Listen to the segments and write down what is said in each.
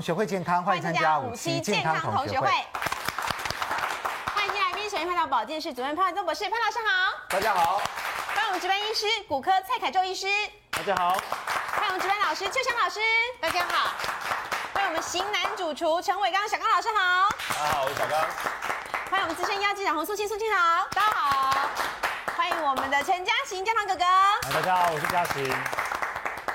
学会健康，欢迎参加五期健康同学会。欢迎进来宾，首先看到保健室主任潘伟宗博士，潘老师好。大家好，欢迎我们值班医师骨科蔡凯宙医师，大家好，欢迎我们值班老师邱翔老师，大家好。欢迎我们型男主厨陈伟刚小刚老师好。大家好，我是小刚。欢迎我们资深医药记者洪素清，素清好，大家好。欢迎我们的陈嘉行健康哥哥，大家好，我是嘉行。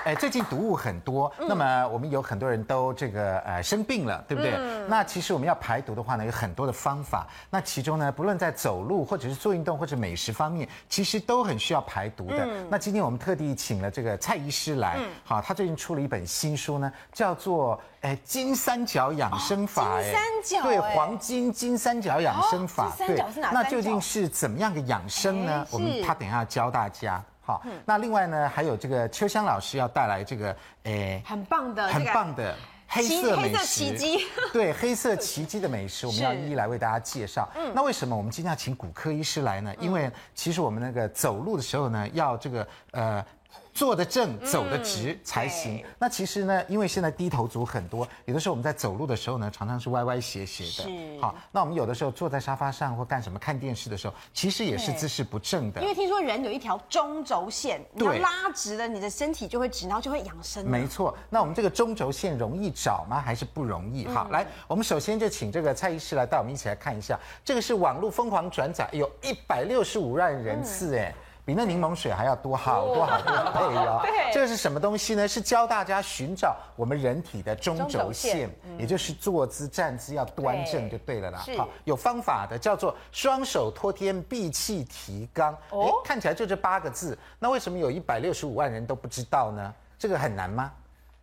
哎，最近毒物很多，嗯那么我们有很多人都这个呃生病了，对不对？那其实我们要排毒的话呢，有很多的方法。那其中呢，不论在走路或者是做运动或者美食方面，其实都很需要排毒的。嗯那今天我们特地请了这个蔡医师来，好，他最近出了一本新书呢，叫做《哎金三角养生法》哎。哦金三角对哎黄金金三角养生法哦，金三角是哪那三究竟角是怎么样的养生哎呢？我们是嗯他等一下教大家。好，那另外呢，还有这个秋香老师要带来这个，诶、很棒的，很棒的黑奇色黑美色食，奇迹 对，黑色奇迹的美食，我们是要一一来为大家介绍。嗯那为什么我们今天要请骨科医师来呢？因为其实我们那个走路的时候呢，要这个呃。坐得正，走得直才行嗯对。那其实呢，因为现在低头族很多，有的时候我们在走路的时候呢，常常是歪歪斜斜是的。好，那我们有的时候坐在沙发上或干什么看电视的时候，其实也是对姿势不正的因。为听说人有一条中轴线，你要对拉直了，你的身体就会直，然后就会养生。没错，那我们这个中轴线容易找吗？还是不容易？嗯哈，来，我们首先就请这个蔡医师来带我们一起来看一下，这个是网络疯狂转载，有一百六十五万人次，嗯哎、比那柠檬水还要多好多好多倍哦！ 对这个是什么东西呢？是教大家寻找我们人体的中中轴轴线嗯线，也就是坐姿站姿要端正就对了啦是。好，有方法的，叫做双手托天，闭气提肛。哦，看起来就这八个字，那为什么有一百六十五万人都不知道呢？这个很难吗？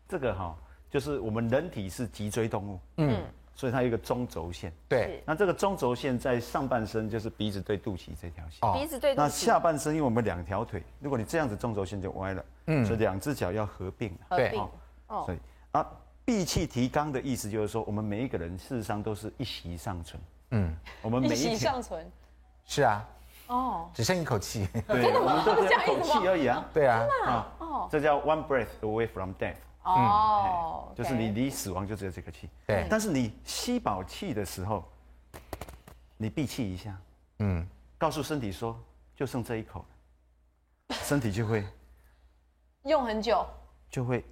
这个哈、就是我们人体是脊椎动物，嗯，所以它有一个中轴线。对，那这个中轴线在上半身就是鼻子对肚脐这条线，哦鼻子对肚那脐下半身因为我们两条腿，如果你这样子中轴线就歪了，嗯，所以两只脚要合并了。合对并哦，所以啊，闭气提肛的意思就是说，我们每一个人事实上都是一息尚存。嗯，我们每一一起天尚存，是啊，哦，只剩一口气。 对，我们都只有一口气而已啊。对啊，啊，哦，这叫 one breath away from death。哦，就是你离死亡就只有这个气。对但是你吸饱气的时候，你闭气一下，嗯，告诉身体说就剩这一口了，身体就会 用很久，就会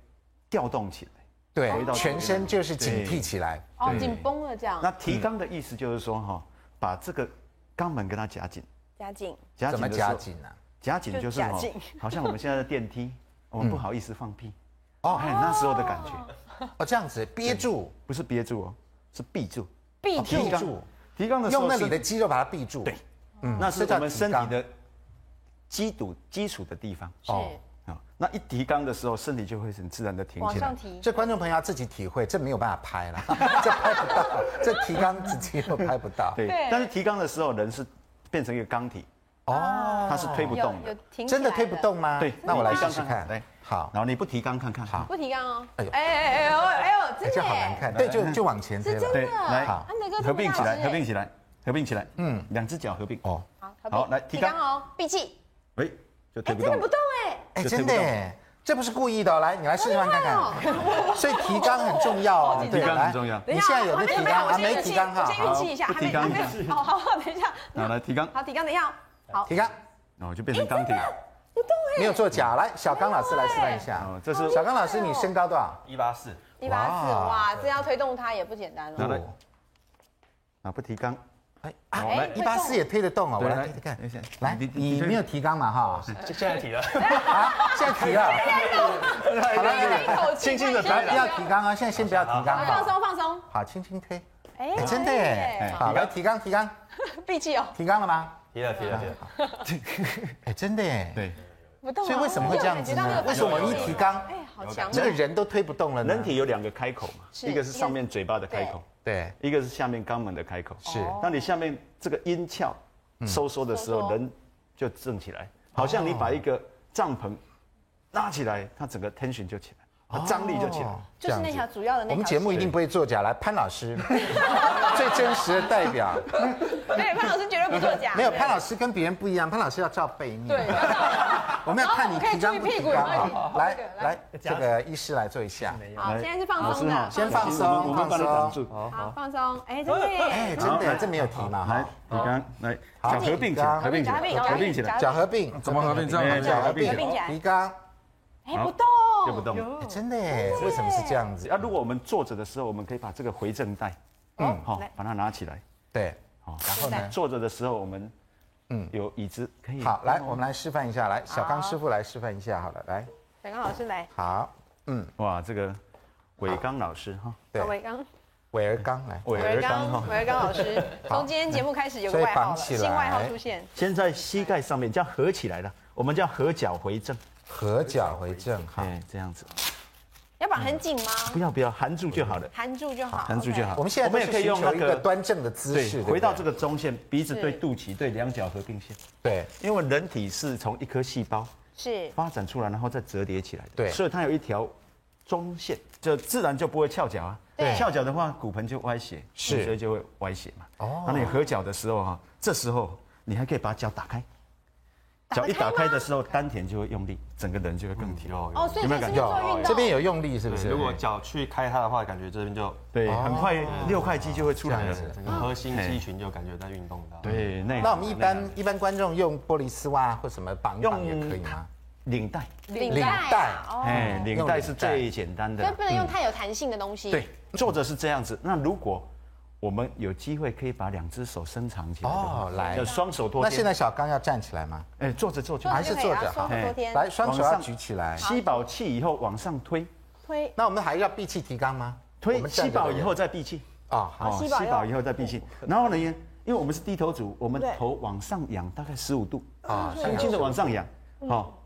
调动起来。对回，到全身就是警惕起来。哦对，紧绷了这样，那提肛的意思就是说哈，把这个肛门跟它夹紧，嘉靖，夹怎么的时候加紧呢、啊夹紧就是就夹哦紧， 好像我们现在的电梯，我们不好意思放屁，哦，哎，那时候的感觉哦，这样子憋住，不是憋住哦，是闭住，哦闭提住住肛，提肛的时候用那里是的肌肉把它闭住。对，嗯那是这叫我们身体提肛的基础基础的地方是啊。那一提肛的时候，身体就会很自然的挺往起来上。提，这观众朋友要自己体会，这没有办法拍了， 这拍不到，这提纲自己又拍不到。对对，但是提肛的时候，人是变成一个钢体，哦，它是推不动嗯有有的。挺起来真的推不，动吗？对，那我来你提试肛试看。来，好，然后你不提肛看看。好，不提肛哦，哎哎呦哎哎呦哎呦，哎真这的好难耶，看。对，就嗯就往前推是真了。的，对来好安德哥合并起来，合并起起来，合并起来。嗯，两只脚合并。哦哦，来，合并好来提提肛肛哦，闭气，喂，就哎，推不真的动不。动哎，哎，就真推不的动耶，这不是故意的哦，来，你来示范看哦看。所以提纲很重要哦，对，提纲来很重要你现在有还的没提有纲我啊，先没运提气，我纲哈，先运气一下，好还不没提肛还没，好好好，等一下，好，来提肛，好，提肛，等一下，好，提纲然后就变成钢哎体了。没有作假。来，小刚老师来示范一下。哦，这是小刚老师，你身高多少？一八四，哎一八四，哇哇，这要推动它也不简单来哦，来哦啊，不提肛。哎，好，哎来，一八四也推得动哦，我对来来推推看等一下。来，你你你推没有提纲嘛哈？现在提了，啊，现在提 了。好了，一口气，轻轻地来太不要提纲啊，现在先不要提纲放哈。松放松，好，轻轻推。哎哎，真的耶！好，来提纲，提纲，闭气哦，提纲了吗？提了提了提了，哎，真的耶。啊对，不动啊，所以为什么会这样子我就感？觉呢到那个为什么我们一提纲，啊哎，好强哦，这个人都推不动嗯了呢？人体有两个开口嘛，是一个是上面嘴巴的开口，对一个是下面肛门的开口。是当你下面这个阴鞘收缩的时收候，缩人就正起来，好像你把一个帐篷拉起来，它整个 tension 就起来，它张力就起哦来。就是那条。主要的那条线，我们节目一定不会作假，来潘老 师，最真实的代表。对潘老师绝对不作假，没有潘老师跟别人不一样，潘老师要照背面。对， 哦我们要看你然后我们可以提纲注不意提屁股纲啊。来那个来来，这个医师来做一下。没有。好，来现在是放老松师的好，，先放松我们我们帮他放挡松住。好好好，放松。哎，真的哎，耶，真的这没有提嘛来哈。，你刚来，好脚合并起好来，合并起来，合并起来，脚合并怎么合并这样合并脚合合并并起来提纲，哎好不动，就不动了。哎真的耶，为什么是这样子哦啊，？如果我们坐着的时候，我们可以把这个回正带，嗯，好来，把它拿起来，对，好。然后呢？坐着的时候，我们嗯有椅子可以。好，来，我们来示范一下，来，小刚师傅来示范一下好了，来，小刚老师来，好，哇，这个伟刚老师哈，对伟刚，伟儿刚来，伟伟儿刚刚，哈，伟刚老 师，从今天节目开始有个所以外号了，绑起新外号来出现，先在膝盖上面这样合起来了，我们叫合脚回正，合脚回正，好。哎，这样子，要绑很紧吗？不要不要，含住就好了，含住就好，含住就好 OK。我们现在我们都也是可以寻用求那一个个端正的姿势，对，对不对回到这个中线，鼻子是对肚脐，对两脚合并线，对因为人体是从一颗细胞是发展出来，然后再折叠起来的。对所以它有一条中线，就自然就不会翘脚啊。对翘脚的话，骨盆就歪斜，是所以就会歪斜嘛。哦哦，那你合脚的时候哈，这时候你还可以把脚打开，脚一打开的时候，丹田就会用力，整个人就会更体弱。哦，所以这是有没有不感是觉？做有运动？这边有用力，是不对是？如果脚去开它的话，感觉这边就对，哦很快六块肌就会出来了。啊整个核心肌群就感觉在运动到。对，那那我们一般一般观众用玻璃丝袜或什么绑一绑也可以吗？领带，领领带带啊，哦，哎，领带是最简单的所以。不能用太有弹性的东西。对，，坐着是这样子。那如果我们有机会可以把两只手伸长起来的哦话，来就双手托那肩。现在小刚要站起来吗？哎，坐着坐着，哎还是坐着双好手啊昨天来，双手要往上举起来。哎吸饱气以后往上推，推，那我们还要闭气提肛吗？我推们站吸着的饱人以后再闭气。哦，好，哦吸饱以后以后再闭气。哦然后呢，因为我们是低头族，我们对头往上仰大概十五度，啊轻轻的往上仰，嗯好，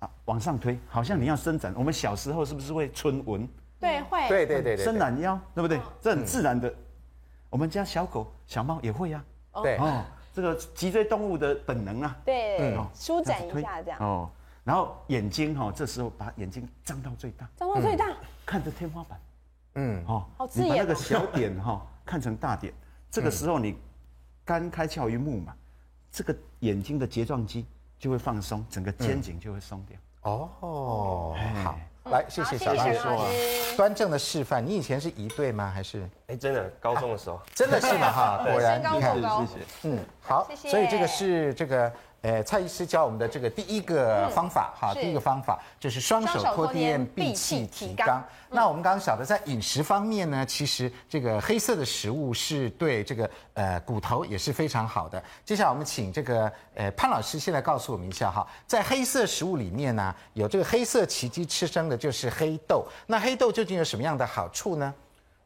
啊，往上推，好像你要伸展。我们小时候是不是会春文？对，会，对对对对，伸懒腰，对嗯不对？这很自然的。我们家小狗、小猫也会啊。对，哦，这个脊椎动物的本能啊。对哦，舒展样子一推下这样，哦，然后眼睛哈、哦，这时候把眼睛张到最大，张到最大，看着天花板。嗯，哦，好刺你把眼那个哦小点哈、看成 大点，这个时候你肝开窍于目嘛，这个眼睛的睫状肌就会放松，整个肩颈就会松掉。哦，好，来，谢谢小嗯好刚谢谢说小啊老师端正的示范。你以前是一对吗？还是哎，真的，高中的时候，真的是吗？ 哈，果身然高你够看，高，哦嗯，好，谢谢所以这个是这个呃蔡医师教我们的这个第一个方法哈，嗯是第一个方法就是双手双手托托垫垫闭闭气气提提肛肛。嗯那我们刚刚晓得，在饮食方面呢，其实这个黑色的食物是对这个呃骨头也是非常好的。接下来我们请这个呃潘老师先来告诉我们一下哈，在黑色食物里面呢，有这个黑色奇迹吃生的就是黑豆。那黑豆究竟有什么样的好处呢？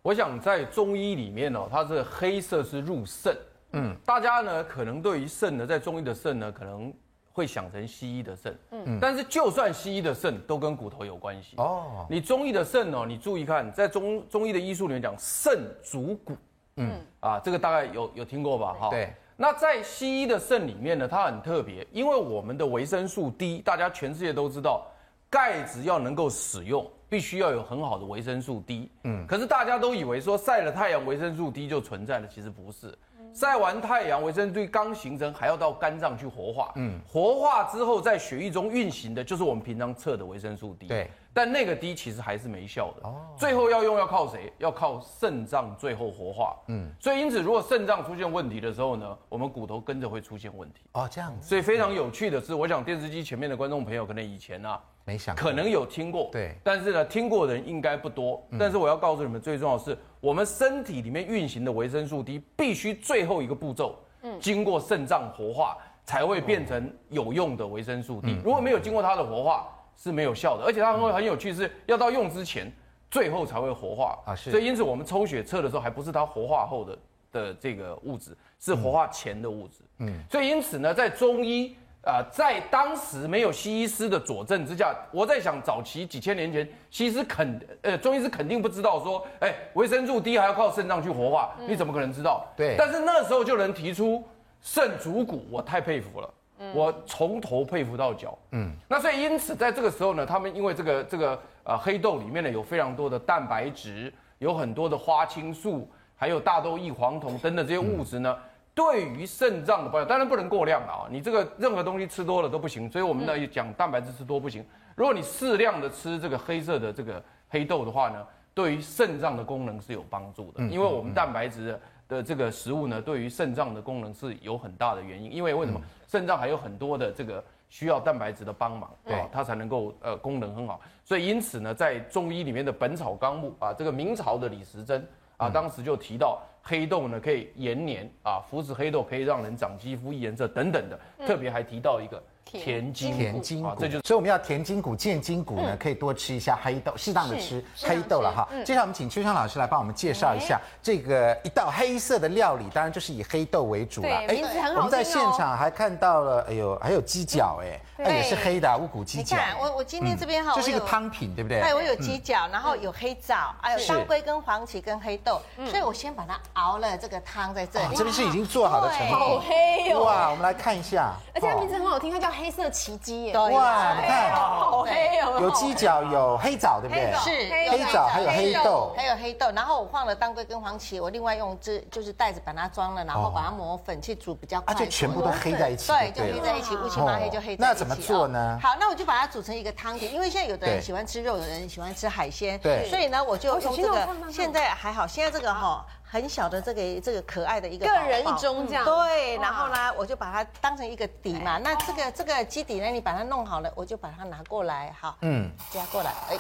我想在中医里面哦，它是黑色是入肾，嗯，大家呢可能对于肾呢，在中医的肾呢，可能会想成西医的肾，嗯，但是就算西医的肾都跟骨头有关系哦哦。你中医的肾哦，你注意看，在中中医的医术里面讲肾主骨，嗯啊，这个大概有有听过吧？哈对。那在西医的肾里面呢，它很特别，因为我们的维生素 D，大家全世界都知道，钙只要能够使用，必须要有很好的维生素 D。嗯，可是大家都以为说晒了太阳维生素 D 就存在了，其实不是。晒完太阳，维生素 D 刚形成，还要到肝脏去活化。嗯，活化之后，在血液中运行的就是我们平常测的维生素 D。对，但那个 D 其实还是没效的。最后要用要靠谁？要靠肾脏最后活化。嗯，所以因此，如果肾脏出现问题的时候呢，我们骨头跟着会出现问题。哦，这样子所以非常有趣的是，我想电视机前面的观众朋友可能以前啊，没想过可能有听过，对嗯但是呢，听过的人应该不多。但是我要告诉你们，最重要的是，我们身体里面运行的维生素 D 必须最后一个步骤，经过肾脏活化才会变成有用的维生嗯素 D。如果没有经过它的活化是没有效的，而且它很很有趣是，要到用之前最后才会活化啊是所以因此我们抽血测的时候，还不是它活化后的的这个物质，是活化前的物质。嗯，所以因此呢，在中医啊、呃在当时没有西医师的佐证之下，我在想，早期几千年前，西医师肯呃中医师肯定不知道说，哎，维生素 D 还要靠肾脏去活化，你怎么可能知道？对但是那时候就能提出肾主骨，我太佩服了。我从头佩服到脚，嗯，那所以因此在这个时候呢，他们因为这个这个呃黑豆里面呢有非常多的蛋白质，有很多的花青素，还有大豆异黄酮等等这些物质呢，对于肾脏的保养，当然不能过量了啊！你这个任何东西吃多了都不行，所以我们呢也讲蛋白质吃多不行。如果你适量的吃这个黑色的这个黑豆的话呢，对于肾脏的功能是有帮助的，因为我们蛋白质的这个食物呢，对于肾脏的功能是有很大的原因。因为为什么肾脏还有很多的这个需要蛋白质的帮忙，对，它才能够呃功能很好。所以因此呢，在中医里面的《本草纲目》啊，这个明朝的李时珍。啊，当时就提到黑豆呢可以延年啊，服食黑豆可以让人长肌肤、颜色等等的，特别还提到一个田嗯筋田筋骨啊，，这就是所以我们要田筋骨、健筋骨呢，可以多吃一下黑豆，适当的吃黑豆了哈。接下来我们请秋香老师来帮我们介绍一下这个一道黑色的料理，当然就是以黑豆为主了。哎对名字很好听哦我们在现场还看到了，哎呦，还有鸡脚哎，哎也是黑的啊，乌骨鸡你脚。嗯看，我我今天这边哈，这是一我个有汤品，对不对？哎，我有鸡脚，然后有黑枣，还有是当归跟黄芪跟黑豆，嗯所以我先把它熬了这个汤在这啊里。这边是已经做好的成好品。黑哦，哇，我们来看一下，哦而且它名字很哎好听，它叫黑色奇迹耶，对哇，你哦看好黑哦，有鸡脚，有黑枣，对不对？是黑枣，还有黑豆，还有黑豆，然后我放了当归跟黄芪，我另外用这就是袋子把它装了，然后哦把它磨粉去煮比较啊，快一点。就全部都黑在一起，对，就对黑了。哦在一起，乌漆嘛黑就黑在一起。那怎么做呢哦好，那我就把它煮成一个汤底，因为现在有的对人喜欢吃肉，有的人喜欢吃海鲜，对所以呢，我就哦小用心这哦个慢慢。慢现在还好，现在这个哈很小的这个这个可爱的一个个人宝宝一盅这样对，哇哎然后呢，我就把它当成一个底嘛。那这个这个基底呢，你把它弄好了，我就把它拿过来，好，嗯，加过来，哎，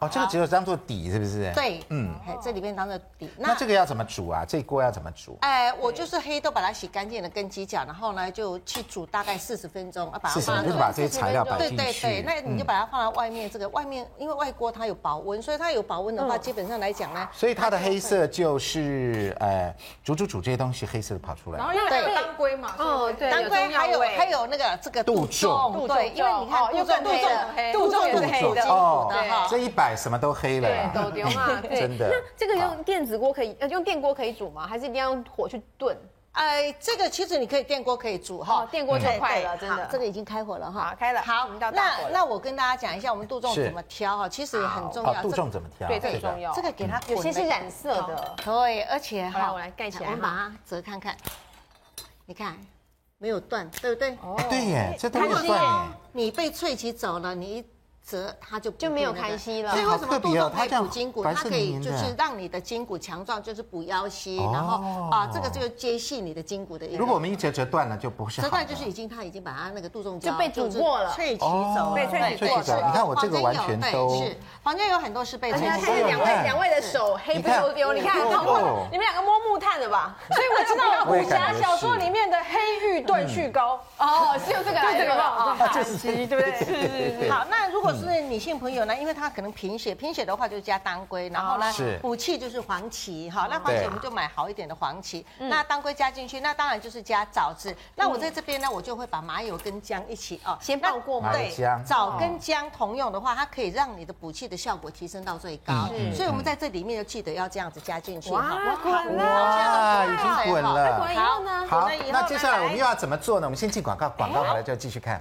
哦，这个只有当做底，是不是？。对，嗯嗯，这里面当做底。那这个要怎么煮啊？这一锅要怎么煮？哎，我就是黑豆把它洗干净了，跟鸡脚，然后呢就去煮大概四十分钟，啊，把它是什么？放就到是把这些材料摆对进对去嗯对，。那你就把它放到外面，这个外面因为外锅它有保温，所以它有保温嗯的话，基本上来讲呢，所以它的黑色就是呃，煮煮煮这些东西黑色的跑出来。因为还有对当归嘛，哦，对，当归还有还有那个这个杜仲仲，对，因为你哦看杜仲黑的，杜仲也是黑仲的。哦的哈这一摆什么都黑了啦。豆丢 嘛，对真的那这个用电子锅可以，呃，用电锅可以煮吗？还是一定要用火去炖？哎，这个其实你可以电锅可以煮哈哦，电锅就对快了对真的好这个已经开火了哈好，开了好我们到，大那火了那我跟大家讲一下我们杜仲是怎么挑哈，其实也很重哦要，，杜这个仲怎么挑？对，这很重要。这个给它嗯有些滚了是染色的，对，而且好来我来盖起来我们哈把它折看看，你看没有断，对不哦对？哎对哦耶，这都没有看起来断耶。你被萃取走了，你一折它就就没有开开心。息了所。以为什好特么杜别哦仲可它以这样补筋骨，白它色可以黏就黏的是让你的筋骨强壮，就是补腰膝，哦然后啊，这个就接续你的筋骨的一个。如果我们一折折断了，就不是好的。折断就是已经它已经把它那个杜仲胶就被煮过了就是萃取哦走了，被萃取对过了对是你看我这个坊完间有全对都是房间有很多是被萃而且取走看看的。两位两位的手黑不溜丢，你看哦刚哦刚你们两个摸木炭的吧？所以我知道我也武感侠觉是小说里面的黑玉炖续膏，哦，是用这个来这个吧的，啊，就是对不对？对对嗯对。好，那如果是女性朋友呢，因为她可能贫血，贫血的话就加当归，然后呢啊是补气就是黄芪，哈，那黄芪对我们就买好一点的黄芪，嗯那当归加进去，那当然就是加枣子。那我在这边呢，我就会把麻油跟姜一起哦，先那爆过吗麻对油姜，哦枣跟姜同用的话，它可以让你的补气的效果提升到最高，嗯所以我们在这里面就记得要这样子加进去哈。滚哇，已经哦滚了。滚以后呢？好以，后那接下来来哎我们又要怎么做呢？我们先进广告，广告回来就继续看。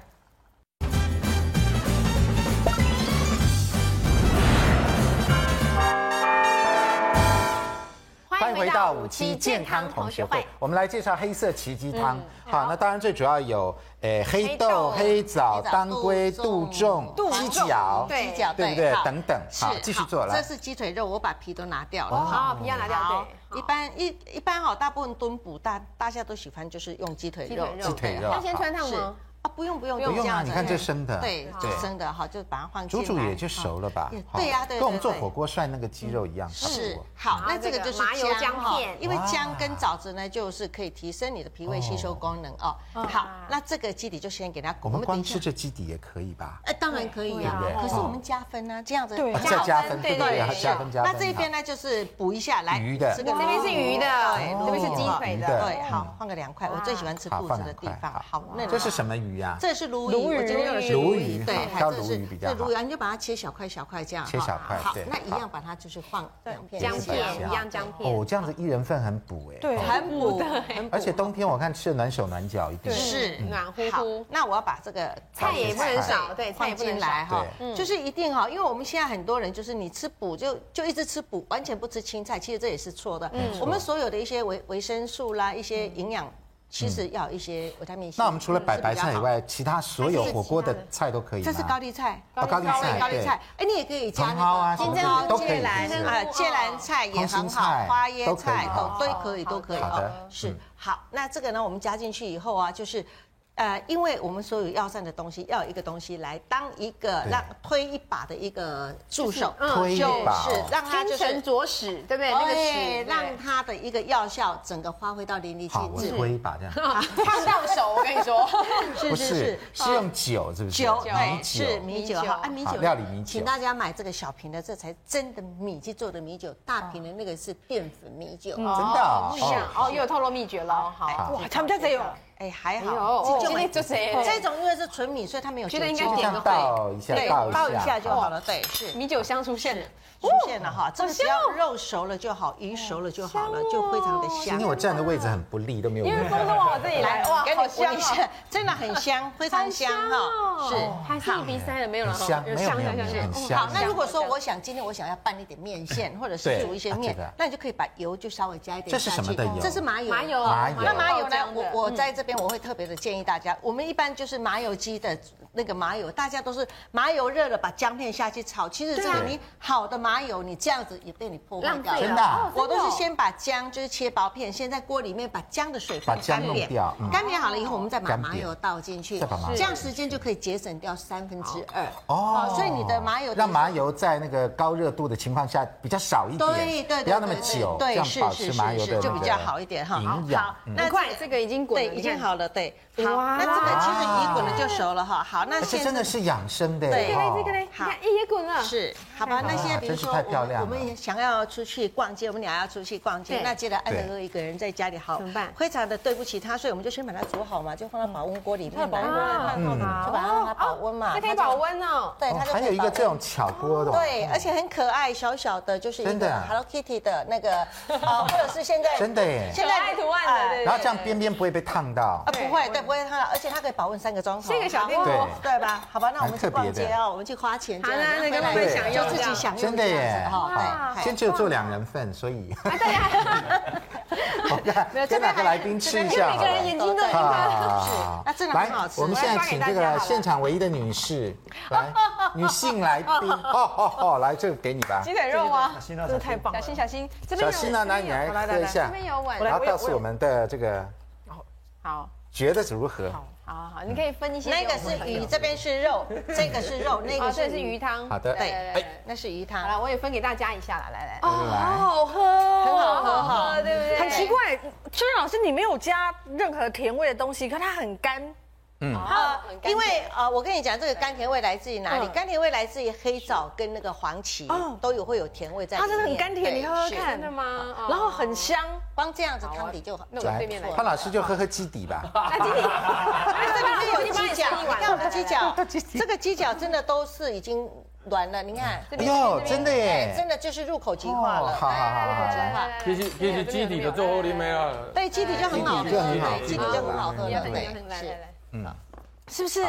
欢迎回到五期健康同学会，我们来介绍黑色奇迹汤。好，那当然最主要有诶黑豆、黑枣、当归、杜仲、鸡脚，对鸡脚对不对好等等好是继续做来哦这是鸡腿肉，我把皮都拿掉了。好，哦皮要拿掉好，对，一般一一般哈，大部分炖补大大家都喜欢就是用鸡腿肉，鸡腿肉要先穿烫是吗？啊，不用不用，不就用啊，样子你看这生的，对，就生的哈，就把它放进煮来，煮也就熟了吧也？好对呀对对跟我们做对火锅涮那个鸡肉一样，差好。不是多。好，好那这个这个就是麻油姜哈片因为哇姜跟枣子呢，就是可以提升你的脾胃吸收功能哦。好，那这个基底就先给它我滚，们等光一吃下。这基底也可以吧？哎，当然可以啊对，可是我们加分啊，这样子对啊再加分，对不对？对还加分加分。那这一边呢，就是补一下来，鱼的这个这边是鱼的对，这边是鸡腿鱼的的对，好，放个两块，我最喜欢吃好肚放子两的地块方，好嫩。这是什么鱼啊呀？这是鲈鱼，鲈鱼我今天用的是鲈鱼对好，还挑这鲈是鱼比较好这鲈鱼啊，你就把它切小块小块这样。切小块好，好对那一样把它就是放两片姜一起来片一样姜片，哦，这样子一人份很补哎。对很补，很补而且冬天我看吃的暖手暖脚一定。是嗯暖乎好乎，那我要把这个菜也不能炒少，对，菜也放不能进少。来哈对，就是一定哈，因为我们现在很多人就是你吃补就就一直吃补，嗯完全不吃青菜，其实这也是错的。我们所有的一些维维生素啦，一些营养其实要一些维他命 C。嗯那我们除了摆白菜以是比较好，外，其他所有火锅的菜都可以吗？这是高丽菜。哦高丽菜，高丽菜，哎，你也可以加茼蒿啊那什么个的金针菇都可以是啊，芥兰菜也很空心好菜，花椰菜都都都可以，都可以。好的哦是嗯好。那这个呢，我们加进去以后啊，就是。呃，因为我们所有药膳的东西，要有一个东西来当一个对让推一把的一个助手，嗯推一就把是哦让它就君是臣佐使，对不对？那个对，使让让它的一个药效整个发挥到淋漓好，我尽致。推一把 这样。 烫到手，我跟你说，不是，是用酒，是不是？哦酒米对酒是米酒哈，啊米好酒料理米酒请大家买这个小瓶的，这才真的米去做的米酒，大瓶的那个是淀粉米酒。真的啊是啊，哦，又有透露秘诀了，好好，哇他们家贼哦，哎，还哎呦好，今天就这样这种因为是纯米，所以它没有酒觉得应该精点个这样倒一下对，倒一下倒一下就好了。对，是米酒香出现了，出现了哈，这个只要肉熟了就好，鱼熟了就好了，就非常的香今天。我站的位置很不利，都没有因为人风都往我这里来，哇，给你好香闻一哦下，真的很香，非常好香哦哈，是。还是一鼻塞了，没有了，很香，没有没有没有，很好哦香，。那如果说我想今天我想要拌一点面线，或者是对煮一些啊面这个，那你就可以把油就稍微加一点这是下什么去的油这是麻油。麻油，麻油那麻油爆浆？呢的我我在这边我会特别的建议大家，我们一般就是麻油鸡的那个麻油，大家都是麻油热了把姜片下去炒。其实这个你好的麻油，你这样子也被你破坏浪费掉了了。真的哦啊我都是先把姜就是切薄片，先在锅里面把姜的水把分姜干弄煸掉嗯，干煸好了以后，我们再把干煸麻油倒进去，再把麻油这样时间就可以节省掉三分之二。哦所以你的麻油让麻油在那个高热度的情况下比较少一点，对对对，不要那么对对久，这对，样是保是持是麻油是的就那比个较好一点哈。营养好，嗯那很这快，这个已经滚对了，已经好了，对，好，哇那这个其实哇一滚了就熟了哈。好，那而且现哎真的在。是养生的，对这个嘞，哦这个嘞，你好看，哎，也滚了，是，好吧，那现在比如真是说太我漂们亮我了们也想要出去逛街，我们俩要出去逛街对，那记得安德对哥一个人在家里好怎么办非常的对不起他，所以我们就先把它煮好嘛，就放到保温锅里嗯面来，啊，就把它让它保温嘛，它可以它就保，温哦，对，哦它就还可有以一个保温这种巧锅的，对，而且很可爱，小小的，就是一哦真的个啊 Hello Kitty 的那个，啊，或者是现在真的耶现可爱在图案的哎对然后这样边边不会被烫到啊，，不会，对，不会烫到，而且它可以保温三个钟头，是一个小好冰对锅，对吧？好吧，那我们去逛街蛮特别哦，我们去花钱，好这样那那个回来慢慢享用就自己享用，真的耶，哈，好，对今天只有做两人份，所以 啊，大家跟哪个来宾吃一下好每个人了。眼睛都一个，啊那真的来很好，吃我们现在请这个现场唯一的女士来，女性来宾，哦哦哦，来这个给你吧， 鸡腿肉啊，心到小心，小心小心，这边小有心啊，来你来喝一下这，边有碗，然后告诉我们的这个好，觉得如何？好好好，你可以分一些那给我个们朋友，是鱼，这边是 肉，这个是哎肉，那哦，个这是鱼，汤，好的对对对对那是鱼好汤，了，我也分给大家一下啦，来来，来来好好喝哦，很好喝哈，对不对？很奇，怪，邱老师你没有加任何甜味的东西，可它很干，啊，很干净因为呃，我跟你讲，这个甘甜味来自于哪里？嗯甘甜味来自于黑枣跟那个黄芪，哦都有会有甜味在里它面。真的很甘甜，对你喝喝是看真的吗？哦嗯然后很香，光这样子汤底就好。那我对来面来，，潘老师就喝喝基底吧，啊，经理，哎这里面有鸡脚，你看我的鸡脚，鸡脚这个鸡脚真的都是已经软了，你看，哎呦，真的哎耶，真的就是入口即化哦了，好好好好哎即化。必须必须基底的最后里面啊了。对，基底就很好喝，基哎底就很好对，基底就嗯很好喝对了，对对，来来是，来，嗯是不是？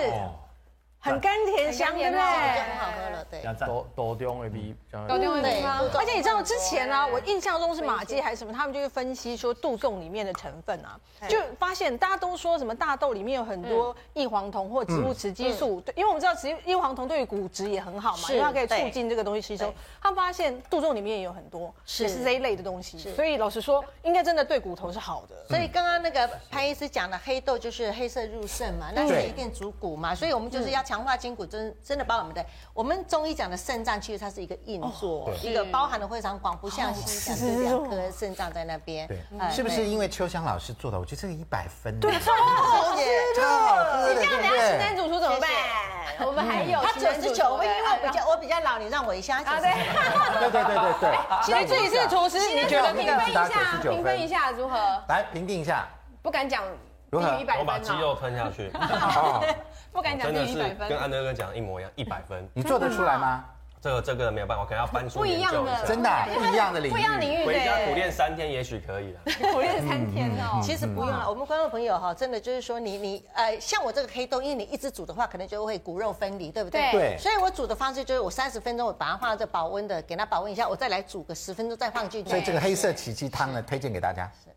很甘甜香，很对甘甜基底就不对？很好哎喝了，对。要赞。多多嗯中的比都丢地方，对嗯而且你知道之前呢、啊我印象中是马鸡还是什么，他们就去分析说杜仲里面的成分啊，就发现大家都说什么大豆里面有很多异黄酮或植物雌激素，对，因为我们知道雌异黄酮对于骨质也很好嘛，是因为它可以促对进这个东西吸收对。他们发现杜仲里面也有很多，是也是这一类的东西，所以老实说，应该真的对骨头是好的。所以刚刚那个潘医师讲的黑豆就是黑色入肾嘛，那对是一定主骨嘛，所以我们就是要强化筋骨，真真的把我们的我们中医讲的肾脏，其实它是一个硬座，一个包含的非常广，不像西医讲哦就是两颗肾脏在那边对，，哎是不对是因为秋香老师做的？我觉得这个一百分，对，超哦超好吃的。好喝这的，对样不等下西对南？主厨怎么办？我嗯们还有他西九南主十厨九分，因为我对比较我比较老，你让我一下。哎啊啊，对，对对对对对。哎其实自己是厨师，你那觉这得个那评这样分子一打下， 99评分一下如何？来评定一下，不敢讲低如何于一百我把分鸡哦，肉吞 下去，不敢讲真的低于一是百哦跟分，安德哥讲一模一样，一百分。你做得出来吗？这个这个没有办法，我可能要翻书不一研样究一的，下。真的啊不一样的领域不一样领域回家苦对，练三天，也许可以了。啊苦练三天嗯哦。其实不用了，我们观众朋友哈，真的就是说你你呃，像我这个黑豆，因为你一直煮的话，可能就会骨肉分离，对不对？对对所以我煮的方式就是我三十分钟，我把它放到这保温的，给它保温一下，我再来煮个十分钟，再放进去。所以这个黑色奇迹汤呢，推荐给大家。嗯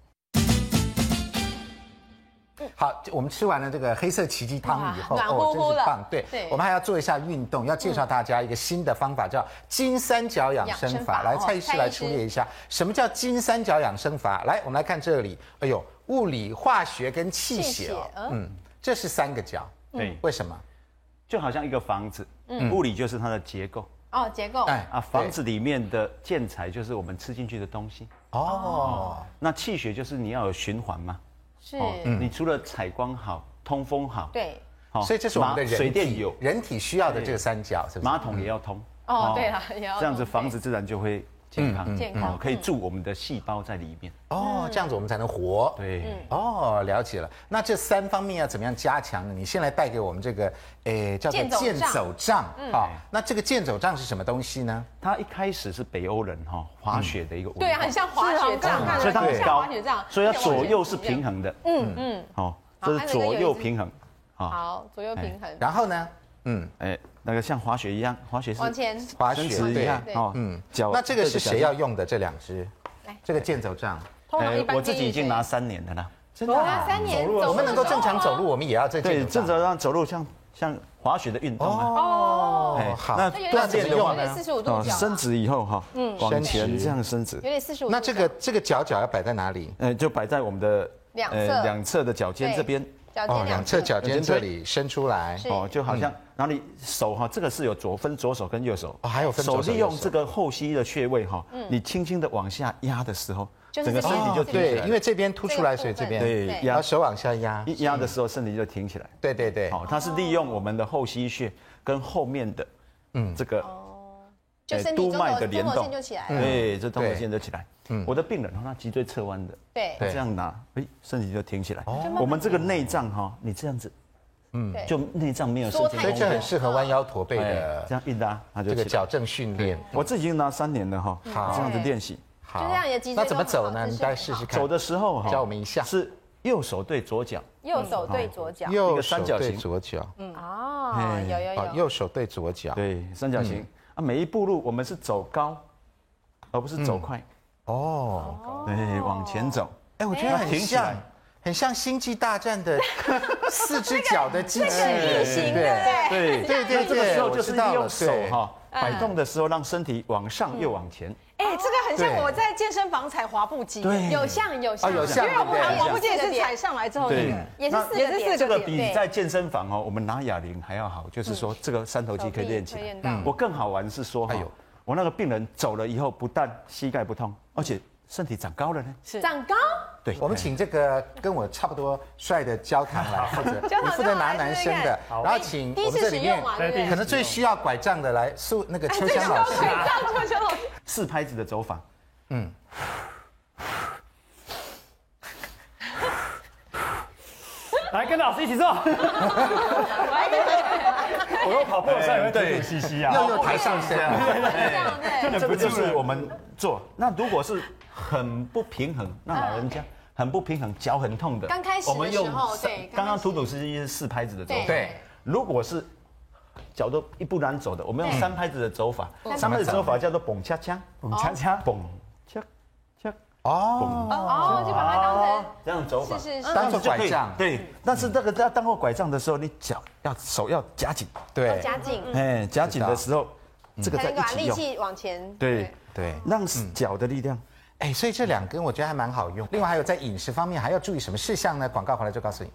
好，就我们吃完了这个黑色奇迹汤以后，哦哇暖乎乎真了是棒。对，对我们还要做一下运动，要介绍大家一个新的方法，叫金三角养生养生法。法来，哦蔡医师蔡医来师出列一嗯下，什么叫金三角养生法？来，我们来看这里，哎呦，物理、化学跟气血哦，嗯，这是三个角，嗯对，为什么？就好像一个房子，物理就是它的结构哦，结构，哎啊，房子里面的建材就是我们吃进去的东西。哦，那气血就是你要有循环嘛，哦是，你除了采光好、通风好，对，好哦嗯所以这是我们的马水人电有体，嗯人体需要的这个三角，是不是马？桶也要通。哦，对了，也要这样子弄房子自然就会嗯健康，健康哦可以住我们的细胞在里面。哦，嗯这样子我们才能活。嗯对，哦，了解了。那这三方面要怎么样加强呢？你先来带给我们这个，诶，叫做健走杖嗯健走杖啊。那这个健走杖是什么东西呢？他一开始是北欧人哈滑雪的一个文化，对啊，很像滑雪是啊杖我刚刚看到，所以它很像高滑雪杖，啊所以它左右是平衡的。嗯嗯，哦，这安是德哥有左一右只平衡。啊，好，左右平衡，然后呢？嗯，哎，那个像滑雪一样，滑雪是往前，滑伸雪直一对样，哦，嗯，脚。那这个是谁脚要哎用的？这两只，这个健走杖，通常一般我自建己议已经谁拿三年的了。真的哇，啊，三年走我们能够正常走路，我们也要这对，健正走杖。常让走路像像滑雪的运动啊。哦哎，好。那哦有锻点炼的话呢？四十五度哦角伸嘛，直以后哈，往前这样伸直有，点四十五。那这个这个脚脚要摆在哪里？呃，就摆在我们的两呃侧两侧的脚尖对这边，脚尖，哦两两侧侧，脚尖这里伸出来。哦，就好像，然后你手哈，这个是有左分左手跟右手，哦还有分左手利右用手这个后膝的穴位哈，你轻轻的往下压的时候，就整是这个身个体哦就挺起对，来因了，为这边凸出来，这个部分所以这边对，然压后手往下压。一压的时候，身体就挺起来。对对对，哦好，哦它是利用我们的后膝穴跟后面的，嗯，这个哦就呃身体督中脉轴的中联轴动线就起来了，对，这动嗯作对嗯线就起来。我的病人哦哈，他脊椎侧弯的，对对哦这样拿，哎，身体就挺起来。我们这个内脏哈，你这样子，嗯，哎对就内脏没有缩伸太所以进这去，很适合弯腰驼背哎，这的样一拉，它就这个起来矫正训练。我自己已经拿三年了哈，这样子练习。好，就这样也脊椎那怎么都很走好啊呢？姿势你再试试看。走的时候哈，教我们一下是右手对左脚，右手对左脚，一右个手三角对形左脚，哦，有有好，有，右手对左脚。对三角嗯形啊。每一步路我们是走高，而不是嗯走快，哦，对，往前走。哎，我觉得很挺起来像，很像《星际大战》 的四只脚的机器那个人，是对不对？对对对这个时候对就是我知道了利用手对哈嗯摆动的时候，让身体往上又往前。哎、这个很像对我在健身房踩滑步机，对有像有像，哦有像因为我们对滑滑步机也四个是点踩上来之后那个对。也是四也个是四点，个这个点比在健身房哦，我们拿哑铃还要好，就是说这个三头肌可以练起嗯哦手臂可以来练。到我更好玩是说，哎哎呦呦，我那个病人走了以后，不但膝盖不痛，而且身体长高了呢。长高，对，我们请这个跟我差不多帅的焦糖来负 责，焦糖你负责拿来男试试生的，看然后请第我一们次这使里用面嘛，对对不不对对？哎可能最需要拐杖的来素那个秋香老师。四拍子的走法， 来跟老师一起做。 我又跑步的时候也会嘴嘴嘻嘻啊。又又抬上身， 这个就是我们做。那如果是很不平衡，那老人家很不平衡，脚很痛的，刚开始的我们用时候三对刚刚刚开始土土司机是四拍子的走法。对，如果是脚都一步难走的，我们用三拍子的走法。三拍子走法叫做蹦恰哦恰，蹦恰恰蹦恰恰，哦，哦，就把它当成这样走法。是是哦当做就可拐以杖，对，但是这个要当过拐杖的时候，你脚要手要夹紧，对哦夹紧，哎，夹紧的时候，这个才在能够一把起啊力用，气往前，对，对，让脚的力量哎，所以这两根我觉得还蛮好用。另外还有在饮食方面还要注意什么事项呢？广告回来就告诉你。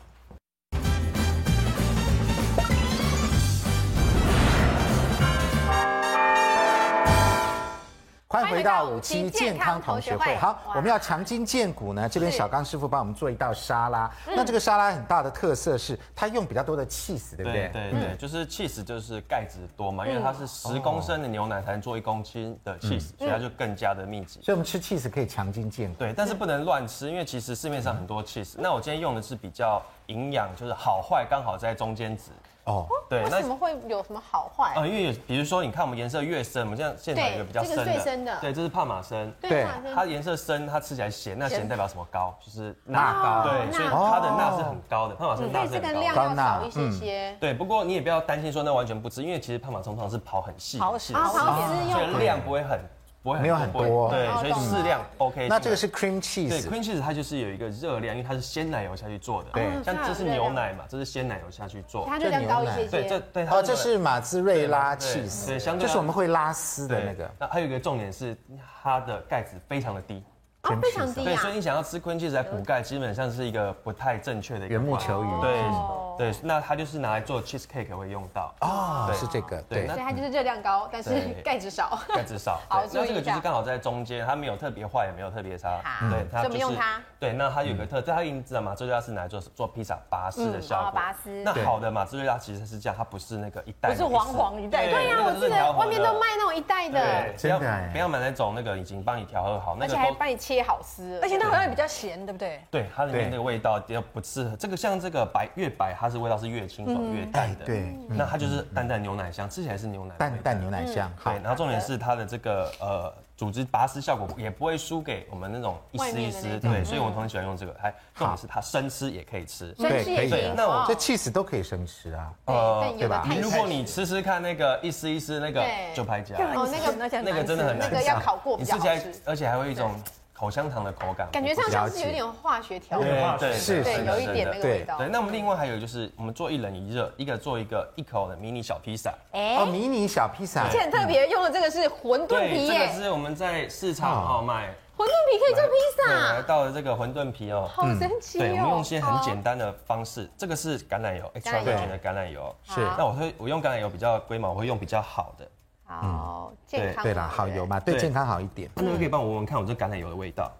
欢迎回到五期健康同学会。好，我们要强筋健骨呢，这边小刚师傅帮我们做一道沙拉。那这个沙拉很大的特色是它用比较多的 cheese，对不对？对对对，就是气 h 就是钙质多嗯嘛，因为它是十公升的牛奶才能做一公斤的气 h 所以它就更加的密集。所以我们吃 cheese 可以强筋健骨。对，但是不能乱吃，因为其实市面上很多 cheese。那我今天用的是比较营养，就是好坏刚好在中间值。哦，对，为那什么会有什么好坏？呃，因为比如说，你看我们颜色越深，我们现在现场有一个比较对这个深的，是最深的对，这是帕玛森。对啊马上它颜色深，它吃起来咸，那咸代表什么高？就是钠高对，所以它的钠是很高的，帕玛森钠哦所以是这很个高量的。要少一嗯些些，对，不过你也不要担心说那完全不吃，因为其实帕玛通常是刨很细，刨很细嗯啊，好好所吃以用量不会很不会没有很多对，哦所以懂了适量 OK。那这个是 cream 对 cheese， cream cheese 它就是有一个热量，因为它是鲜奶油下去做的。对对，像这是哦热量牛奶嘛，这是鲜奶油下去做。它热量高一些对，这些。对它哦，这是马兹瑞拉对对 cheese，对相对啊这是我们会拉丝的对那个。。哦那还有一个重点是它的钙质非常的低。哦，非常低对，所以啊。你想要吃 cream cheese 来补钙，基本上是一个不太正确的一个缘木管求鱼对哦对，那它就是拿来做 cheese cake 会用到。哦，对是这个，对对所以，它就是热量高，但是 对钙质少。 钙质少。好对注意那这个一就下是刚好在中间，它没有特别坏，也没有特别差好。对，它所以我们就是用它。对，那它有一个特，它已经知道马自瑞拉是拿来做做披萨拔丝的效哦果。拔丝那好的马自瑞拉其实是这样，它不是那个一袋不的意是思。黄黄一袋的对呀，啊那我个记是得调好外的面都卖那种一袋的对，，不要真的哎不要买那种那个已经帮你调和好，那而个且还都帮你切好丝了，而且它好像也比较咸，对不对？对它里对面那个味道也不适合。这个像这个白越白，它是味道是越清嗯爽越淡哎的。对，那它就是淡淡牛奶香，吃起来是牛奶淡味淡牛奶酱，好，，对然后重点是它的这个呃组织拔丝效果也不会输给我们那种一丝一外丝，面的那种对，所以我同学喜欢用这个。还重点是它生吃也可以吃，嗯生吃对也可以行。那我哦这 cheese 都可以生吃啊。对，哦但有的对吧太如果你吃吃看那个一丝一丝那个对就拍夹，哦那个那个真的很难那吃，个要烤过比你较吃好起来吃，而且还会有一种口香糖的口感，感觉上像是有点化学调味，对对是对，有一点那对个味道。对，那我们另外还有就是，我们做一冷一热，一个做一个一口的迷你小披萨，哎哦，迷你小披萨而，且很特别，用的这个是馄饨对，皮这耶个，是我们在市场号卖，馄饨皮可以做披对，我还萨，到了这个馄饨皮嗯哦，好神奇对，我们用一哦！些很简单的方式，这个是橄榄油橄，extra 榄油 virgin 的橄榄油。是那我会我用橄榄油比较龟毛，我会用比较好嗯的。好健康嘛。嗯对啦，好油嘛，对对健康好一点。那你们可以帮我闻闻看我这橄榄油的味道，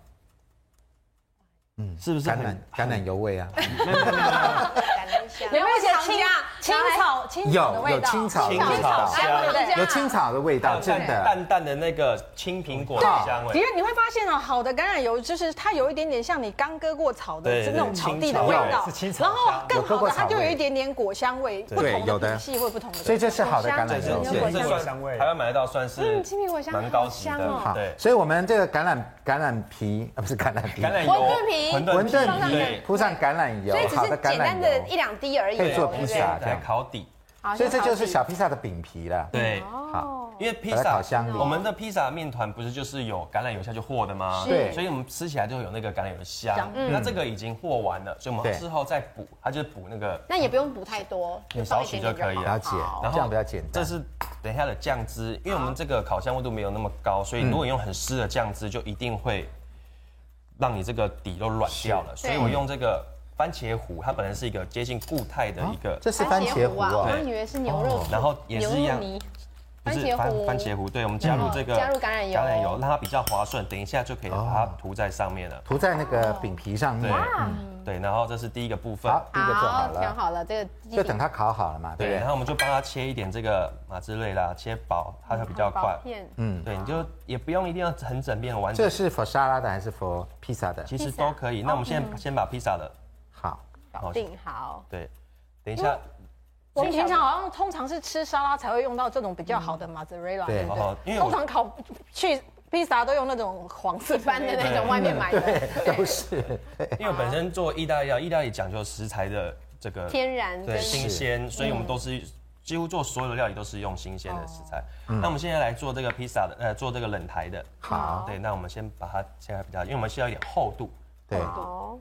嗯，是不是橄很榄橄榄油味啊，嗯橄榄香有没有一些糖青浆青草青草的有有味道？青草的青味草道，还有对糖浆，有青草的味道，真的。淡淡的那个青苹果的香的味，确，你会发现哦，好的橄榄油就是它有一点点像你刚割过草的对那种对草地青的草味味道是青，草然后香更有割好过的它草就有味一点点果香味，不对同有的的品系会不同的味道。所以这是好的橄榄这油有是果这香这香算味台湾买得到算是嗯青苹果香蛮高级好香哦的，好对，。所以我们这个橄榄橄榄皮啊，不是橄榄皮，橄榄油、馄饨皮馄上饨面皮对，铺上橄榄油所以，只好是的橄简单的榄一油，两滴而已，可以做披萨这来样。烤底，好所以这就像是。烤小披萨的饼皮了。对，好，因为披把它萨烤箱里我们的披萨面团不是就是有橄榄油下去和的吗？对嗯所以我们吃起来就有那个橄榄油的香。那这个已经和完了，所以我对们事后再补，它就是补那个。那也不用补太多，有放少一许点就点可以好了解好这样比较简单这是等一下的酱汁，因为我们这个烤箱温度没有那么高，所以嗯如果你用很湿的酱汁，就一定会让你这个底都软掉了。所以我用这个番茄糊，它本来是一个接近固态的一个这是番茄糊啊，我哦，刚以为是牛肉，然后也是一样牛肉泥，不番是茄糊番番茄糊，对，我们加入这个哦加入橄榄油橄榄油让它比较滑顺，等一下就可以把它涂在上面了。涂在那个饼皮上对嗯面。对，然后这是第一个部分，好，第一个做好调了，好了，这个基底就等它烤好了嘛，对对，不然对？后我们就帮它切一点这个马之类啦，切薄，它会比较快薄。片，嗯，对，你就也不用一定要很整片很完这整，是 for 沙拉的还是 for 披萨的？其实都可以。那我们现在先把披萨的，哦好，搞定嗯好。对，等一下，我们平常好像通常是吃沙拉才会用到这种比较好的嗯 mozzarella，对对不哦因为对？我通常烤去披萨都用那种黄色一般的那种对外面买的都是因为我本身做意大利料，意大利讲究食材的这个天然跟对，新鲜，所以我们都是几乎做所有的料理都是用新鲜的食材。那我们现在来做这个披萨的，呃，做这个冷台的。好对，那我们先把它现在比较，因为我们需要一点厚度，对，哦，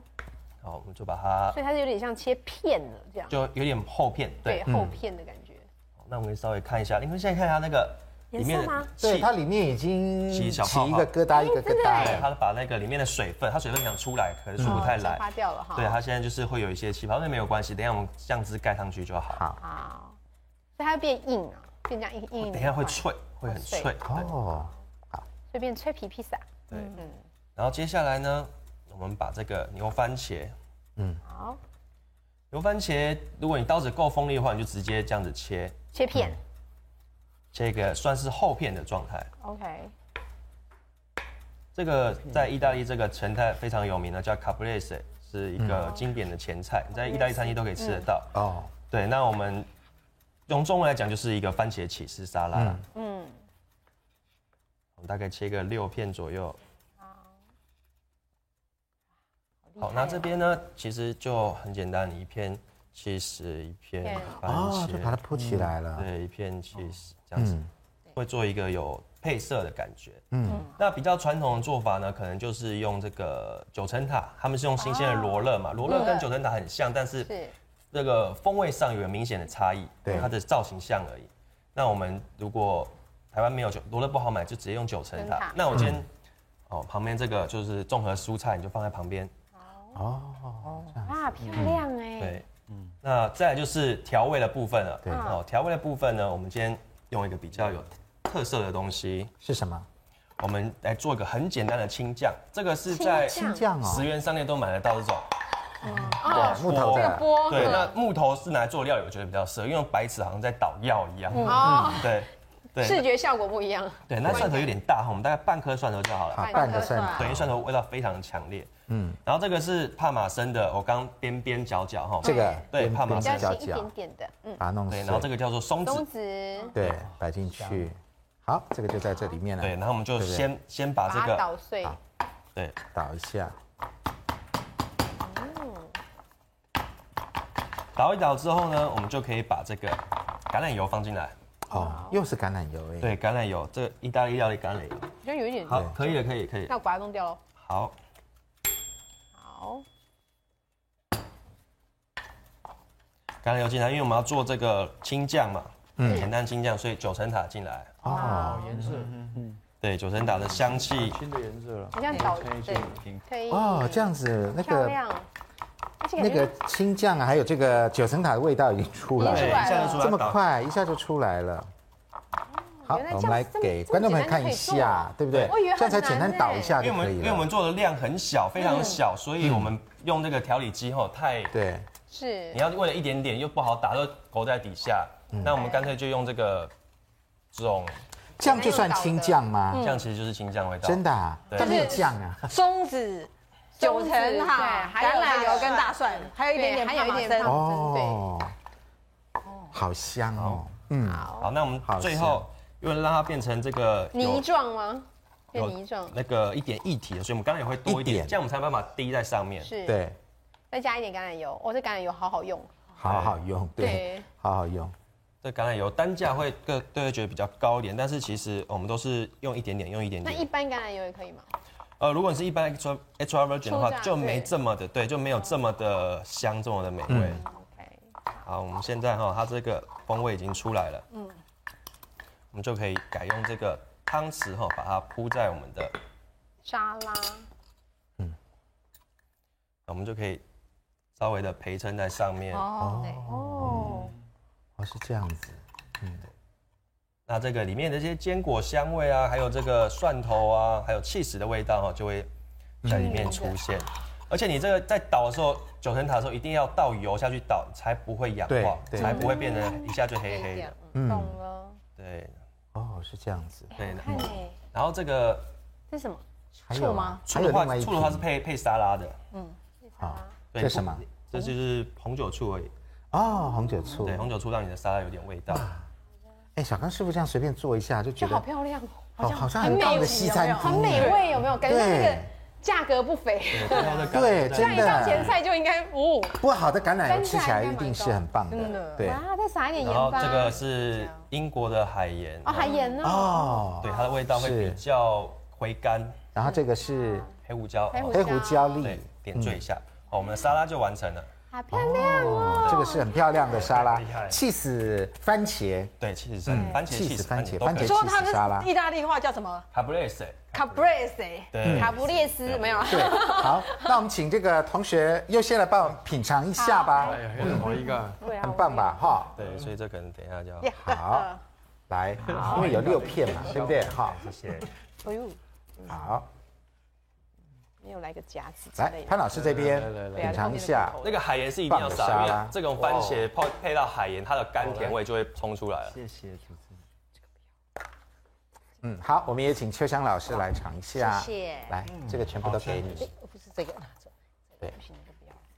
好，我们就把它所以它有点像切片的这样，就有点厚片。对对，，嗯厚片的感觉。好那我们可以稍微看一下，你们现在看它那个颜里色面的吗对，气它里面已经起起小泡泡一个疙瘩一个疙瘩对了。它把那个里面的水分，它水分想出来，可是出不太蒸发来。掉了哈。对，它现在就是会有一些气泡，那没有关系，等一下我们酱汁盖上去就好。好好，所以它会变硬啊，变这样硬嗯硬。哦等一下会，脆，会很脆。对哦，所以变脆皮披萨。对，然后接下来呢，我们把这个牛番茄，好，牛番茄，如果你刀子够锋利的话，你就直接这样子切，切片。切一个算是厚片的状态。 OK，这个在意大利这个前菜非常有名的，叫 caprese，是一个嗯经典的前菜，你在意大利餐厅都可以吃得到。哦，对，那我们用中文来讲，就是一个番茄起司沙拉。嗯，我们大概切个六片左右。好，那这边呢，其实就很简单，你一片起司，一片片番哦，就把它茄，铺起来了。哦嗯对，一片起司这样子，会做一个有配色的感觉。嗯，那比较传统的做法呢，可能就是用这个九层塔，他们是用新鲜的罗勒嘛，罗勒跟九层塔很像，但是是这个风味上有很明显的差异，对它的造型像而已。那我们如果台湾没有九罗勒不好买，就直接用九层层塔塔。那我今天、哦旁边这个就是综合蔬菜，你就放在旁边。哇，漂亮哎、对，嗯，那再来就是调味的部分了。对哦，嗯调味的部分呢，我们今天用一个比较有特色的东西，是什么？我们来做一个很简单的青酱。这个是在青酱这样十哦，元商店都买得到这种。对，木哦头这的个。波对，那木头是拿来做料理，我觉得比较适合，因为白纸好像在捣药一样。哦，嗯对，对，视觉效果不一样，对，那蒜头有点大哈，我们大概半颗蒜头就好了。啊，拌的蒜头等于蒜头味道非常强烈，嗯，然后这个是帕玛森的，我刚边边角角哈，这个对边帕玛比边较森，轻角一点角，点的，嗯，把它弄碎对，，然后这个叫做松子松子对摆进去。好，这个就在这里面了。对，然后我们就对不对先先把把这它个捣碎，好对倒一下，捣一捣之后呢，我们就可以把这个橄榄油放进来。哦，又是橄榄油哎。对，橄榄油，这个意大利料理橄榄油。好像有一点，好，可以了，可以，可以。那我把它弄掉喽。好，好，橄榄油进来，因为我们要做这个青酱嘛，嗯简单青酱，所以九层塔进来。哦，颜色，对，九层塔的香气，新的颜色了。你像捣对，听可以哦，这样子那漂个亮，而且那感个觉青酱啊还有这个九层塔的味道已经出来对，了，一下就出来这么捣快一下就出来了。好嗯原来，这样我们来这么给这么观众朋友简单看就可一以做下啊，对不对我以为？很这样才简单难倒一欸下因为就我可们以因为我了嗯们。做的量很小，非嗯常小，所以我们用那个调理机后太，对，是你要为了一点点又不好打，都勾在底下。嗯那我们干脆就用这个这种酱就算青酱吗？嗯酱，其实就是青酱味道。真的啊，对它没有酱啊。松子、九层塔、对还有橄榄油大蒜跟大蒜，还有一点点对还有帕一玛点森帕玛。哦，好香哦，嗯，好，那我们最后因为让它变成这个有泥状吗？有变泥状，那个一点液体的，所以我们刚刚也会多一一点，点这样我们才有办法滴在上面。是，，对，再加一点橄榄油，哦，这橄榄油好好用，好好用，对对，好好用，这橄榄油单价会个对会觉得比较高一点，但是其实我们都是用一点点，用一点那一点。般橄榄油也可以吗？呃，如果你是一般 extra extra virgin 的话，初榨就没对这么的对，就没有这么的香，这么的美味。嗯 OK，好，我们现在哈、它这个风味已经出来了，嗯，我们就可以改用这个汤匙哈、把它铺在我们的，沙拉，我们就可以稍微的陪衬在上面。哦，对，哦，哦是这样子，那这个里面的这些坚果香味啊，还有这个蒜头啊，还有 cheese 的味道哦，就会在里面出现。而且你这个在倒的时候，九层塔的时候一定要倒油下去倒，才不会氧化，对对才不会变成一下就嗯黑黑的。懂嗯，了，对哦是这样子，对。嗯看哎，然后这个这是什么？还有吗？还醋有的另外话，一醋的话是瓶配配沙拉的，啊，对这是什么？这就是红酒醋而已。哦红酒醋对，，红酒醋让你的沙拉有点味道。哎小刚师傅这样随便做一下就觉就好得漂亮哦，好好像很棒的西餐厅，哎很美味，有没有？感觉那个对价格不菲，对，最后的橄对榄这样真一道前的，菜就应该哦，不过好的橄榄油单价吃起来应该一蛮定是高很棒真的，的对，啊，再撒一点然盐后巴，这个是英国的海盐，哦，还盐呢，哦，对，它的味道会是比较回甘，然后这个是黑胡椒，黑胡哦黑胡椒嗯粒对，，点缀一下，哦好，我们的沙拉就完成了。好漂亮哦，哦，这个是很漂亮的沙拉厉害，气死番茄，对，气势嗯生，番茄气 cheese，势，番番茄茄都可番以茄。说它 cheese 沙拉是意大利话叫什么 c a b r e s e ？Caprese。嗯对，卡布列斯没有啊？对，好，那我们请这个同学优先来帮我们品尝一下吧，哎呀，好一个。对啊很棒吧，哈，对，所以这可能等一下就要。好，来，因为有六片嘛，对不对？哈，谢谢。哎呦，好，没有来个夹子之来类的，潘老师这边来来来品尝一下，那个海盐是一定要棒的沙撒，因拉哦为这种番茄泡配到海盐，它的甘甜味就会冲出来了。谢谢主持人。嗯，好，我们也请秋香老师来尝一下，谢谢来，这个全部都给你，不是这个，对，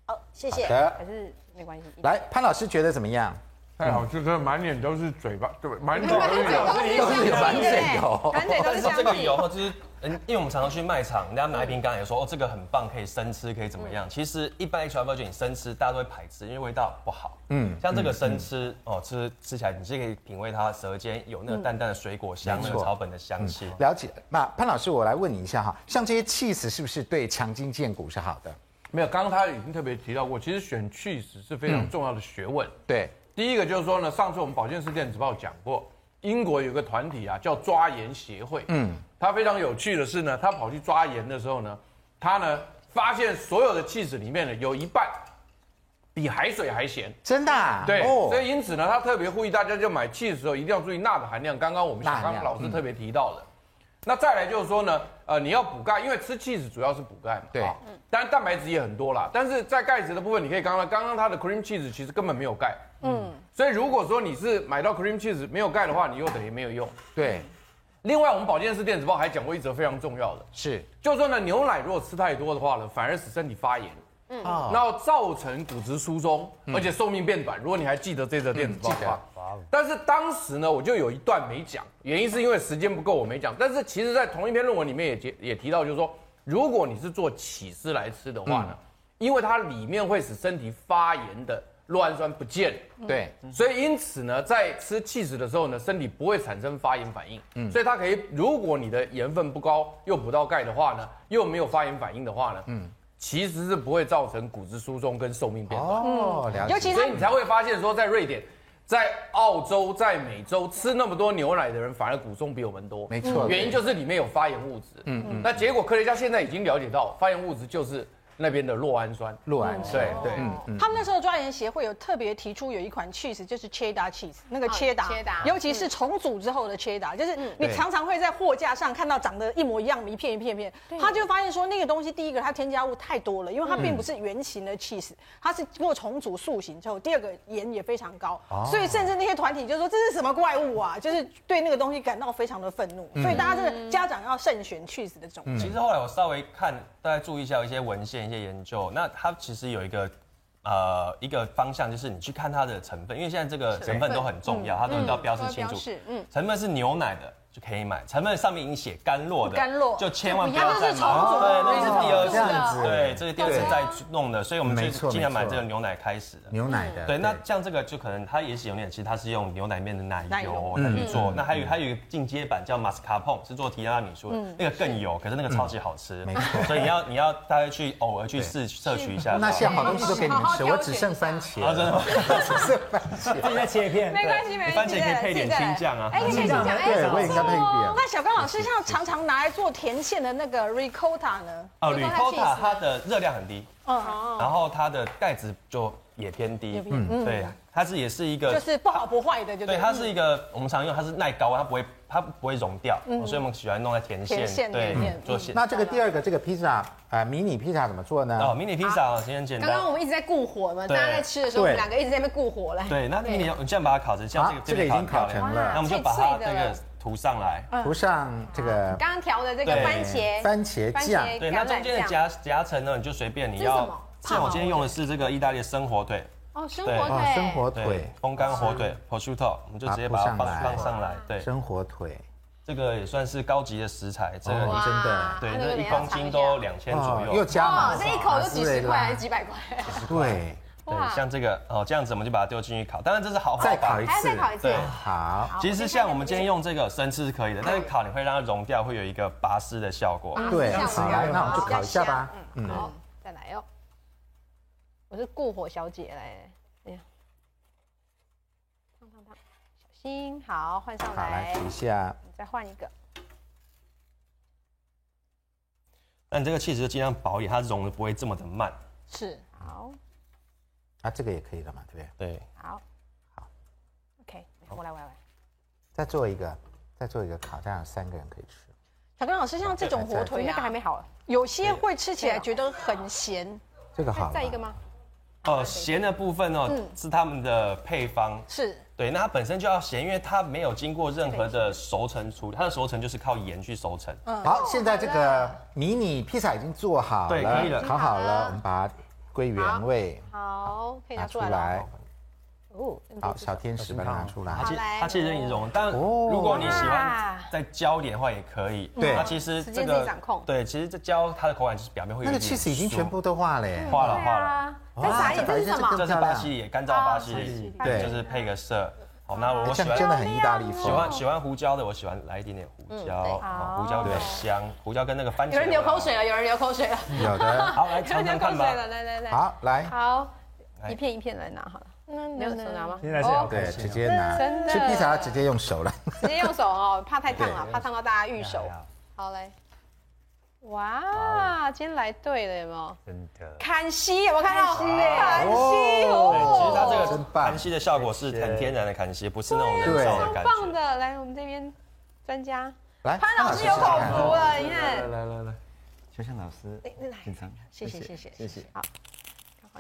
好，谢好谢。还的，是没关系，来，潘老师觉得怎么样？太嗯好吃，这满脸都是嘴巴，对，满脸都都是是油。香都是有的满嘴油满嘴都哦但是是香这个的，油就是嗯，因为我们常常去卖场，人家拿一瓶橄榄油说哦这个很棒，可以生吃，可以怎么嗯样？其实一般 H R 酒你生吃，大家都会排斥，因为味道不好。嗯，像这个生吃哦，吃吃起来你是可以品味它舌尖有嗯那个淡淡的水果香，那个草本的香气。了解。那潘老师，我来问你一下哈，像这些 cheese 是不是对强筋健骨是好的？没有，刚刚他已经特别提到过，其实选 cheese 是非常重要的学问。对，第一个就是说呢，上次我们保健室电子报讲过，英国有个团体啊叫抓盐协会，嗯，他非常有趣的是呢，他跑去抓盐的时候呢，他呢发现所有的气质里面呢有一半比海水还咸，真的、啊？对，所以因此呢，他特别呼吁大家就买气的时候一定要注意钠的含量。刚刚我们小钠含刚量嗯老师特别提到的，那再来就是说呢，呃，你要补钙，因为吃气子主要是补钙嘛，对啊当然蛋白质也很多啦，但是在钙质的部分，你可以刚刚刚刚它的 cream cheese 其实根本没有钙，嗯，所以如果说你是买到 cream cheese 没有钙的话，你又等于没有用。对，另外，我们保健室电子报还讲过一则非常重要的，是就是说呢，牛奶如果吃太多的话呢，反而使身体发炎，嗯，哦然后造成骨质疏松，而且寿命变短。如果你还记得这则电子报的话，但是当时呢，我就有一段没讲，原因是因为时间不够，我没讲。但是其实，在同一篇论文里面也提也提到，就是说，如果你是做起司来吃的话呢，因为它里面会使身体发炎的酪氨酸不见了。对，嗯所以因此呢，在吃 cheese 的时候呢，身体不会产生发炎反应。嗯，所以它可以，如果你的盐分不高，又补到钙的话呢，又没有发炎反应的话呢，嗯，其实是不会造成骨质疏松跟寿命变短。哦，了解。尤其所他以你才会发现说，在瑞典、在澳洲、在美洲吃那么多牛奶的人，反而骨松比我们多。没错原因就是里面有发炎物质。嗯嗯。那结果科学家现在已经了解到，发炎物质就是那边的酪氨酸。鹿丸是对对。他们那时候抓盐协会有特别提出有一款 cheese 就是 cheddar cheese，那个哦切达， cheddar 尤其是重组之后的切达，就是你对常常会在货架上看到长得一模一样，一片一片一片。他就发现说那个东西，第一个它添加物太多了，因为它并不是圆形的 cheese，它是经过重组塑形之后，第二个盐也非常高，所以甚至那些团体就说这是什么怪物啊，就是对那个东西感到非常的愤怒。所以大家这个家长要慎选 cheese 的种嗯类。其实后来我稍微看，大家注意一下一些文献、一些研究，那它其实有一个。呃，一个方向就是你去看它的成分，因为现在这个成分都很重要，它都要标示清楚。是，嗯，成分是牛奶的就可以买，成分上面已经写甘酪的，甘酪就千万不要它再就是买。重组对，那是第二这样次，子对，这是第二次再弄的，所以我们没就错尽量买没错这个牛奶开始的。牛奶的，对，那像这个就可能它也许有点，其实它是用牛奶里面的奶奶油油来嗯去做。那还有还有一个进阶版叫马斯卡彭，是做提拉米苏的，那个更油，可是那个超级好吃。没错所以你要你要大家去偶尔去试摄取一下。那些好东西都给你们吃，好好挑选一下我只剩番茄啊，真的吗？只剩番茄。自己在切片，没关系，没番关系，茄可以配点青酱啊哎，可以青酱，哎，对，我也应该配一点。那小刚老师像常常拿来做甜馅的那个 ricotta 呢？哦对，ricotta 它的热量很低，然后它的钙质就也偏低，嗯，对，它是也是一个就是不好不坏的，就对，它是一个我们常用，它是耐高温，它不会它不会溶掉，哦所以我们喜欢弄在甜甜馅馅，对甜馅，做馅。那这个第二个这个披萨，呃，迷你披萨怎么做呢？哦，迷你披萨哦，今天简刚单刚。我们一直在顾火嘛，大对家在吃的时候，我们两个一直在那边顾火来。对，那迷你你这样把它烤成像啊这个，这个已经烤成了，那了，我们就把它这个涂上来。哦涂上这个呃刚刚调的这个嗯对啊番茄，番茄酱，对，那中间的夹夹层呢，你就随便你这是要什么。像我今天用的是这个意大利的生火腿，哦，生对活哦，腿，生火腿对，，风干火腿 prosciutto，我们就直接把把它它铺上来放放上来。对，生火腿，哦这个也算是高级的食材，这个哇真的对，那这个一等下公尝斤一都下两千左又右。加啊哦码，，这一口就几十块还是几百块，对，哇对，像这个哦，这样子我们就把它丢进去烤。当然这是好再方法烤一。还要次再，烤一次对。好，其实像我们今天用这个生吃是可以的，但是烤你会让它融掉，会有一个拔丝的嗯效果。对，像我好们来，那我们就比较烤一下吧。嗯，好，再来哦。我是顾火小姐来，哎呀，烫烫烫，小心，好，换上好，来来，涂一下，再换一个。但这个气质就尽量薄一点，它融的不会这么的慢。是好，啊，这个也可以了嘛，对不对？对，好，好，OK，我来，我来，我来。再做一个，再做一个烤，这样三个人可以吃。小刚老师，像这种火我腿那个还啊，没好，有些会吃起来觉得很咸，这个好，再一个？吗？啊哦，咸的部分哦嗯是他们的配方，是对，那它本身就要咸，因为它没有经过任何的熟成处理，它的熟成就是靠盐去熟成。嗯好，现在这个迷你披萨已经做好了，对可以了烤好了，我们把它归原位，好，可以拿拿出出来了。来。哦，好，小天使把它拿出来它。其实好来它其实易溶，但哦如果你喜欢哇再浇一点的话也可以。对那其实这时间自己个掌控对，其实这浇它的口感就是表面会有那个一点 cheese 已经全部都化了耶，酥化了化了。啊，再撒一点，哇这是什这么？这是巴西里干燥巴西里，嗯哦啊对就是配个色。好，那我这喜样真的欢很意大利喜哦风。欢喜欢胡椒的，我喜欢来一点点胡椒，对哦胡椒比较香，胡椒跟那个番茄。嗯有人流口水。了，有人流口水了，有的，好，来有人尝流尝口看水吧。了，来来来，好来，好，来一片一片来拿好了，你有手拿吗？现在是要对开，直心接拿，真的吃披萨要直接用手了。直接用手哦，怕太烫了，对怕烫到大家御手哎还。好好嘞，哇，哦今天来对了，有没有？真的。砍西有没有看到？哎砍西对，哦，其实它这真个棒砍西的效果是很天然的砍西，不是那种对人造的超感棒觉。的，来我们这边专家来，潘老师有口福了，你看。来来来，秋香老师，品尝，谢谢谢谢谢谢。刚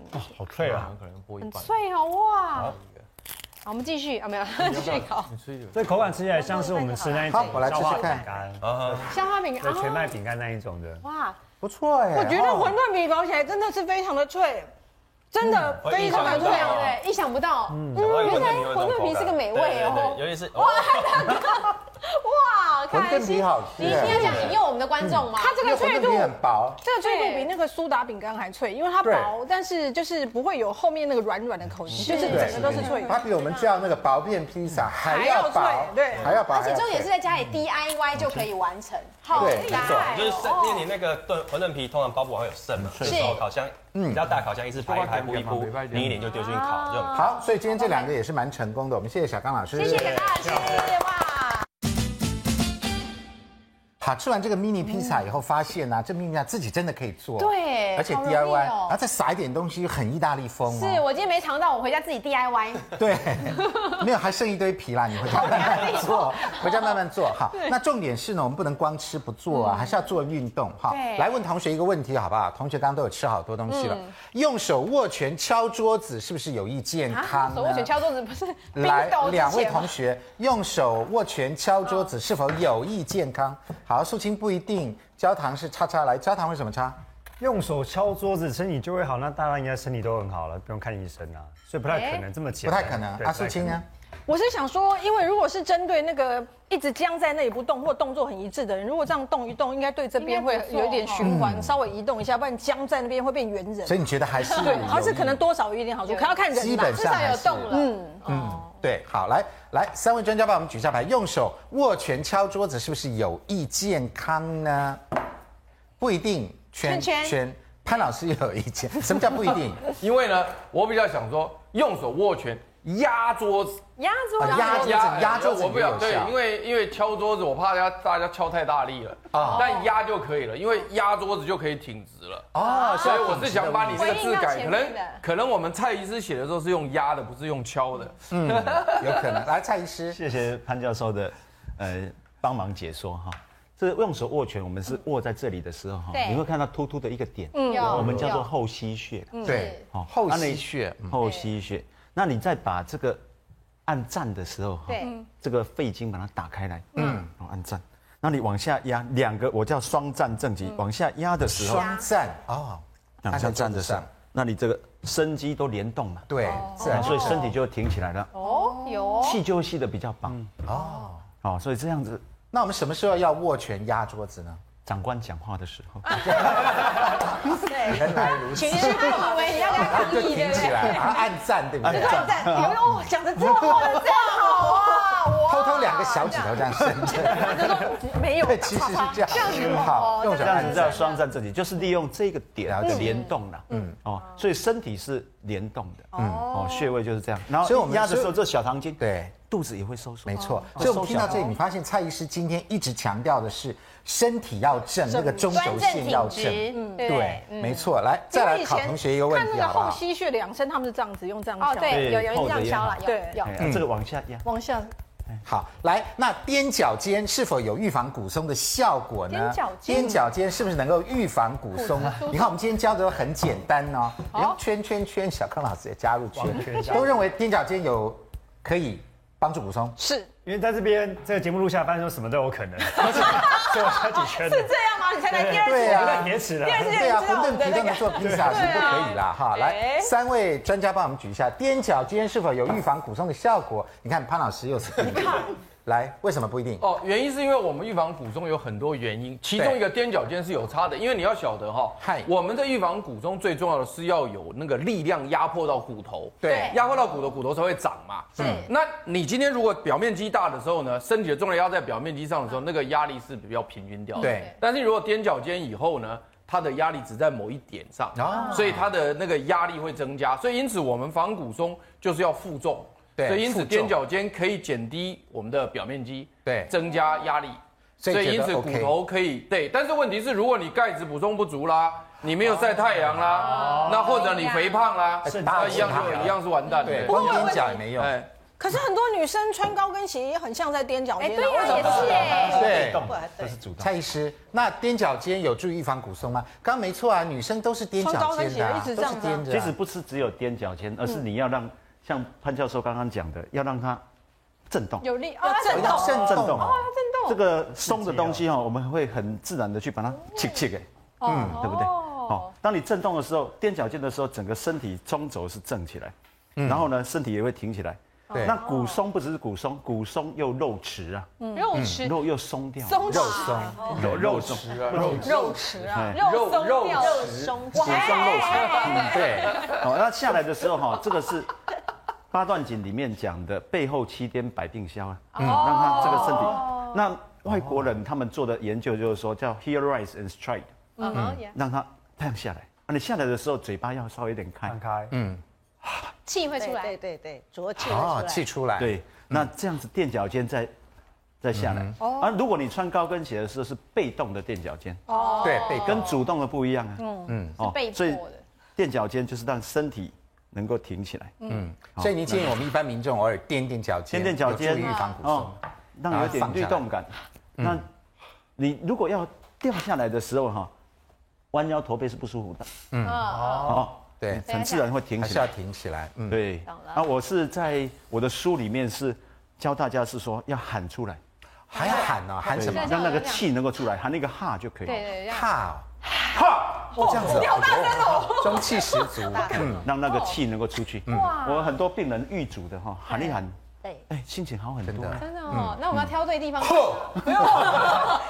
好你们写好脆啊！嗯可能播一很脆哦，哇！好，我们继续啊，没有， 继续搞这口感吃起来像是我们吃那一好种我来试消试化看饼干，啊消化饼对全麦啊，饼干那一种的。哇，不错哎，我觉得哦馄饨皮薄起来真的是非常的脆，真的嗯非常的我也想脆对到。对，意想不到，嗯，想不到原有来这种馄饨皮口感是个美味哦对对对，尤其是哇， 哇，馄饨皮好吃你一定要讲引诱我们的观众吗？它这因为个馄脆饨度皮很薄，这个脆度比那个苏打饼干还脆，因为它薄，但是就是不会有后面那个软软的口气，就是整个都是脆它的。比我们叫那个薄片披萨还要薄还要脆，对还要嗯薄。而且还要重点是在脆家里 DIY 就可以完成，好对厉害就是哦！因为你那个炖馄饨皮通常包不完会有剩嘛，所以从烤箱嗯比较大烤箱一次排一排铺一铺，淋一点就丢进去啊烤，就很好，所以今天这两个也是蛮成功的。我们谢谢小刚老师，谢谢给大家吃，哇！好，吃完这个 mini 披萨以后，发现呢、这 mini 披萨自己真的可以做，对而且好容易 DIY，、哦然后再撒一点东西，很意大利风是哦。我今天没尝到，我回家自己 DIY。对， 没有还剩一堆皮啦，你回 家慢慢做，回家慢慢做。好，那重点是呢，我们不能光吃不做啊，还是要做运动哈嗯对。嗯来问同学一个问题好不好？同学刚刚都有吃好多东西了，用手握拳敲桌子是不是有益健康啊，呢？手握拳敲桌子不是冰来斗，之两位前吗同学用手握拳敲桌子是否有益健康？好，素清不一定，焦糖是叉叉来，焦糖为什么叉？用手敲桌子，身体就会好，那大家应该身体都很好了，不用看医生啊，所以不太可能这么哎不简单。太可能。啊对阿素清呢？？我是想说，因为如果是针对那个一直僵在那里不动或动作很一致的人，如果这样动一动，应该对这边会应该不错有一点循环，稍微移动一下，不然僵在那边会变圆人。嗯所以你觉得还是对，而且可能多少有一点好处，有可要看基人吧。本至上少还有是动了。嗯嗯，对，好，来来，三位专家帮我们举一下牌，用手握拳敲桌子是不是有益健康呢？不一定，圈圈圈潘老师有意见，什么叫不一定？因为呢，我比较想说用手握拳压桌子，鸭子我啊压桌子压桌子我不比较想有对效，因为因为敲桌子我怕大家大家敲太大力了啊啊，但压就可以了，因为压桌子就可以挺直了。哦，所以我是想把你这个字改，可回能应到前面的可能我们蔡医师写的时候是用压的，不是用敲的。有可能。来，蔡医师，谢谢潘教授的呃帮忙解说哈。这个用手握拳，我们是握在这里的时候哈对，你会看到突突的一个点，有我们叫做后溪穴。对，哦后那你溪穴，嗯后溪穴。那你再把这个按站的时候，哈对，这个肺经把它打开来，嗯，然后按站。那你往下压，两个我叫双站正极，往下压的时候，双站哦，两下站着上，那你这个身肌都联动嘛，对，自啊然所以身体就挺起来了，哦，有哦气就会吸的比较饱。哦。哦，所以这样子，那我们什么时候要握拳压桌子呢？长官讲话的时候，原来如此，其实他以为你 要跟他抗就议，对挺不起对？来，然后按赞，对不对？赞，哦，讲的这么好，这样好 啊，哇偷偷两个小指头这样伸着，没有 对，其实是这样，很好，用手这样按子赞叫。双站正极，就是利用这个点了的解联动了，嗯，哦，所以身体是联动的，嗯，哦，穴位就是这样。然后所以我们压的时候，这小肠经，对，肚子也会收缩，没错，哦所以我们收听到小这里，你发现蔡医师今天一直强调的是身体要正，那个中轴端线要正挺正，直，嗯，对不对对，？没错。来，再因为来以考前同学一个问看题啊那个好不后好？溪穴两声，他们是这样子用这样哦，敲对，对有有人这样敲啊了，扣有着有也好哎。嗯呀这个往下压，往下好，来，那踮脚尖是否有预防骨松的效果呢？踮脚尖踮脚尖是不是能够预防骨松呢？你看我们今天教的都很简单哦，你看圈圈圈，小康老师也加入圈，都认为踮脚尖有可以帮助骨松。是因为在这边这个节目录下，发现说什么都有可能，所以我下几圈。啊这样吗？你才来第二对次啊啊，那铁齿了第。二次对啊，你知馄道我饨们的皮那都个能做披萨，对怎啊么不可以啦？哈，来哎，三位专家帮我们举一下踮脚今天是否有预防骨松的效果？你看潘老师又是不一定，来，为什么不一定？哦，原因是因为我们预防骨松有很多原因，其中一个踮脚尖是有差的，因为你要晓得哈、嗨我们的预防骨松最重要的是要有那个力量压迫到骨头，对压迫到骨头，骨头才会长嘛。嗯是那你今天如果表面积大的时候呢，身体的重量压在表面积上的时候，那个压力是比较平均掉的。对但是如果踮脚尖以后呢，它的压力只在某一点上，啊所以它的那个压力会增加，所以因此我们防骨松就是要负重，对所以因此负重踮脚尖可以减低我们的表面积，对增加压力，所所以以觉因得此骨 OK 头可以对，但是问题是如果你钙质补充不足啦。你没有晒太阳啦，那或者你肥胖啦，是那一样哎大吃糖就一样是完蛋的。对，对光踮脚也没用。哎，可是很多女生穿高跟鞋也很像在踮脚哎，尖啊，对呀，为什么也是哎，对，对，主蔡医师，那踮脚尖有助于预防骨松吗？刚没错啊，女生都是踮穿脚高跟尖的啊，鞋一直都是这样子踮啊着啊。其实不是只有踮脚尖，而是你要让像潘教授刚刚讲的，要让它震动。有力啊，回震到动。震震动动啊，震这动，个松的东西哈，哦我们会很自然的去把它切切给，嗯，对不对？哦，当你震动的时候，踮脚尖的时候，整个身体中轴是正起来，然后呢，身体也会挺起来。对那骨松不只是骨松，骨松又肉迟啊，肉吃肉又松掉，嗯松嗯肉弛松，肉啊肉松，肉池啊，哎肉松肉掉肉松骨松哎肉迟，对，好，那下来的时 候哈，这个是八段锦里面讲的背后七颠百病消啊，哦嗯，让他这个身体。那外国人他们做的研究就是说叫 heel rise and stride，嗯哼，也让他胖下来。啊，你下来的时候嘴巴要稍微有点开放，开，嗯气会对出来对，对对，浊气会哦，出气来。出来。，啊对，那这样子垫脚尖再再下来。哦，啊，如果你穿高跟鞋的时候是被动的垫脚尖，哦，对，被跟主动的不一样啊。嗯哦被迫所以的。垫脚尖就是让身体能够挺起来，嗯，所以您建议我们一般民众偶尔踮踮脚尖，踮踮脚尖有啊哦助于预防骨松。让有点律动感。嗯那你如果要掉下来的时候哈，弯腰驼背是不舒服的，嗯，哦，对，很自然会挺还起是要来。挺起来。嗯，对懂了，啊，我是在我的书里面是教大家是说要喊出来，还要喊呢，喊对什么？让那个气能够出来，喊那个哈就可以，对对，对怕哦，哈，哦这样子，好大声哦，中气十足。嗯，让那个气能够出去。我很多病人遇阻的哈，喊一喊，对，哎，心情好很真多的。真的哦，那我们要挑对地方喊，啊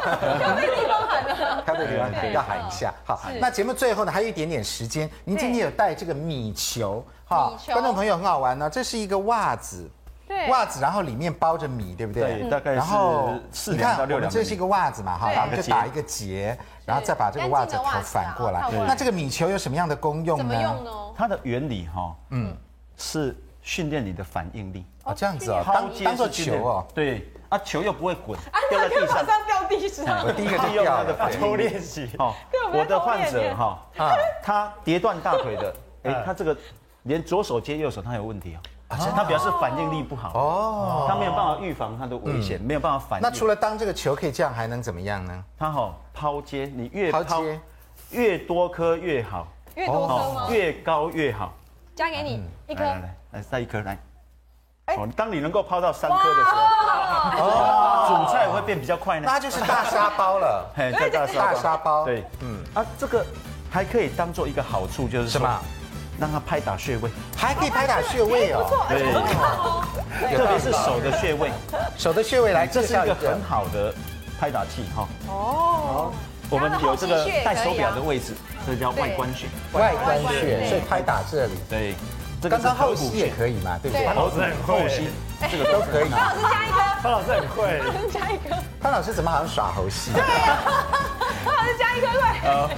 他的流汗要喊一下。好，那节目最后呢，还有一点点时间，您今天有带这个米球哈米，球观众朋友很好玩呢，哦这是一个袜子。对，嗯袜子，然后里面包着米，对不对？对大概是然后四你两看到六我们两的这是一个袜子嘛，哈，对然后就打一个结，然后再把这个袜子头反过来干净的袜子啊套过。来那这个米球有什么样的功用呢？怎么用呢？它的原理哈，嗯，是训练你的反应力。哦？这样子哦，抛当接当做啊是训练球哦。。对，啊，球又不会滚，掉在地 上。掉地上， 我第一个利就用掉它的了反，应多力。练习。哦，我的患者哈，啊他跌断大腿的，哎，他这个连左手接右手，他有问题啊。他表示反应力不好哦，他没有办法预防他的危险，没有办法啊反应。嗯那除了当这个球可以这样，还能怎么样呢？他哈抛接，你越抛抛接越多颗越好，越多哦颗吗？越高越好。加给你一颗来，来来，来再一颗来。哦，当你能够抛到三颗的时候，哦，煮菜会变比较快呢。。那就是大沙包了嘿，在哎大沙大沙包对，嗯啊，这个还可以当做一个好处，就是说什么？让它拍打穴位，还可以拍打穴位哦，对，特别是手的穴位，手的穴位来这介是绍哎一一个个很。好的拍打器哈。哦，我们有这个后溪穴也可以啊戴手表的位置，这叫外观穴。外关穴，对所以拍打这里。对，这刚刚后股溪也可以嘛，对不对？对后后溪，这个都可以。老师加一颗，潘老师很会，加一颗，潘老师怎么好像耍猴戏？啊老师加一颗，快！呃，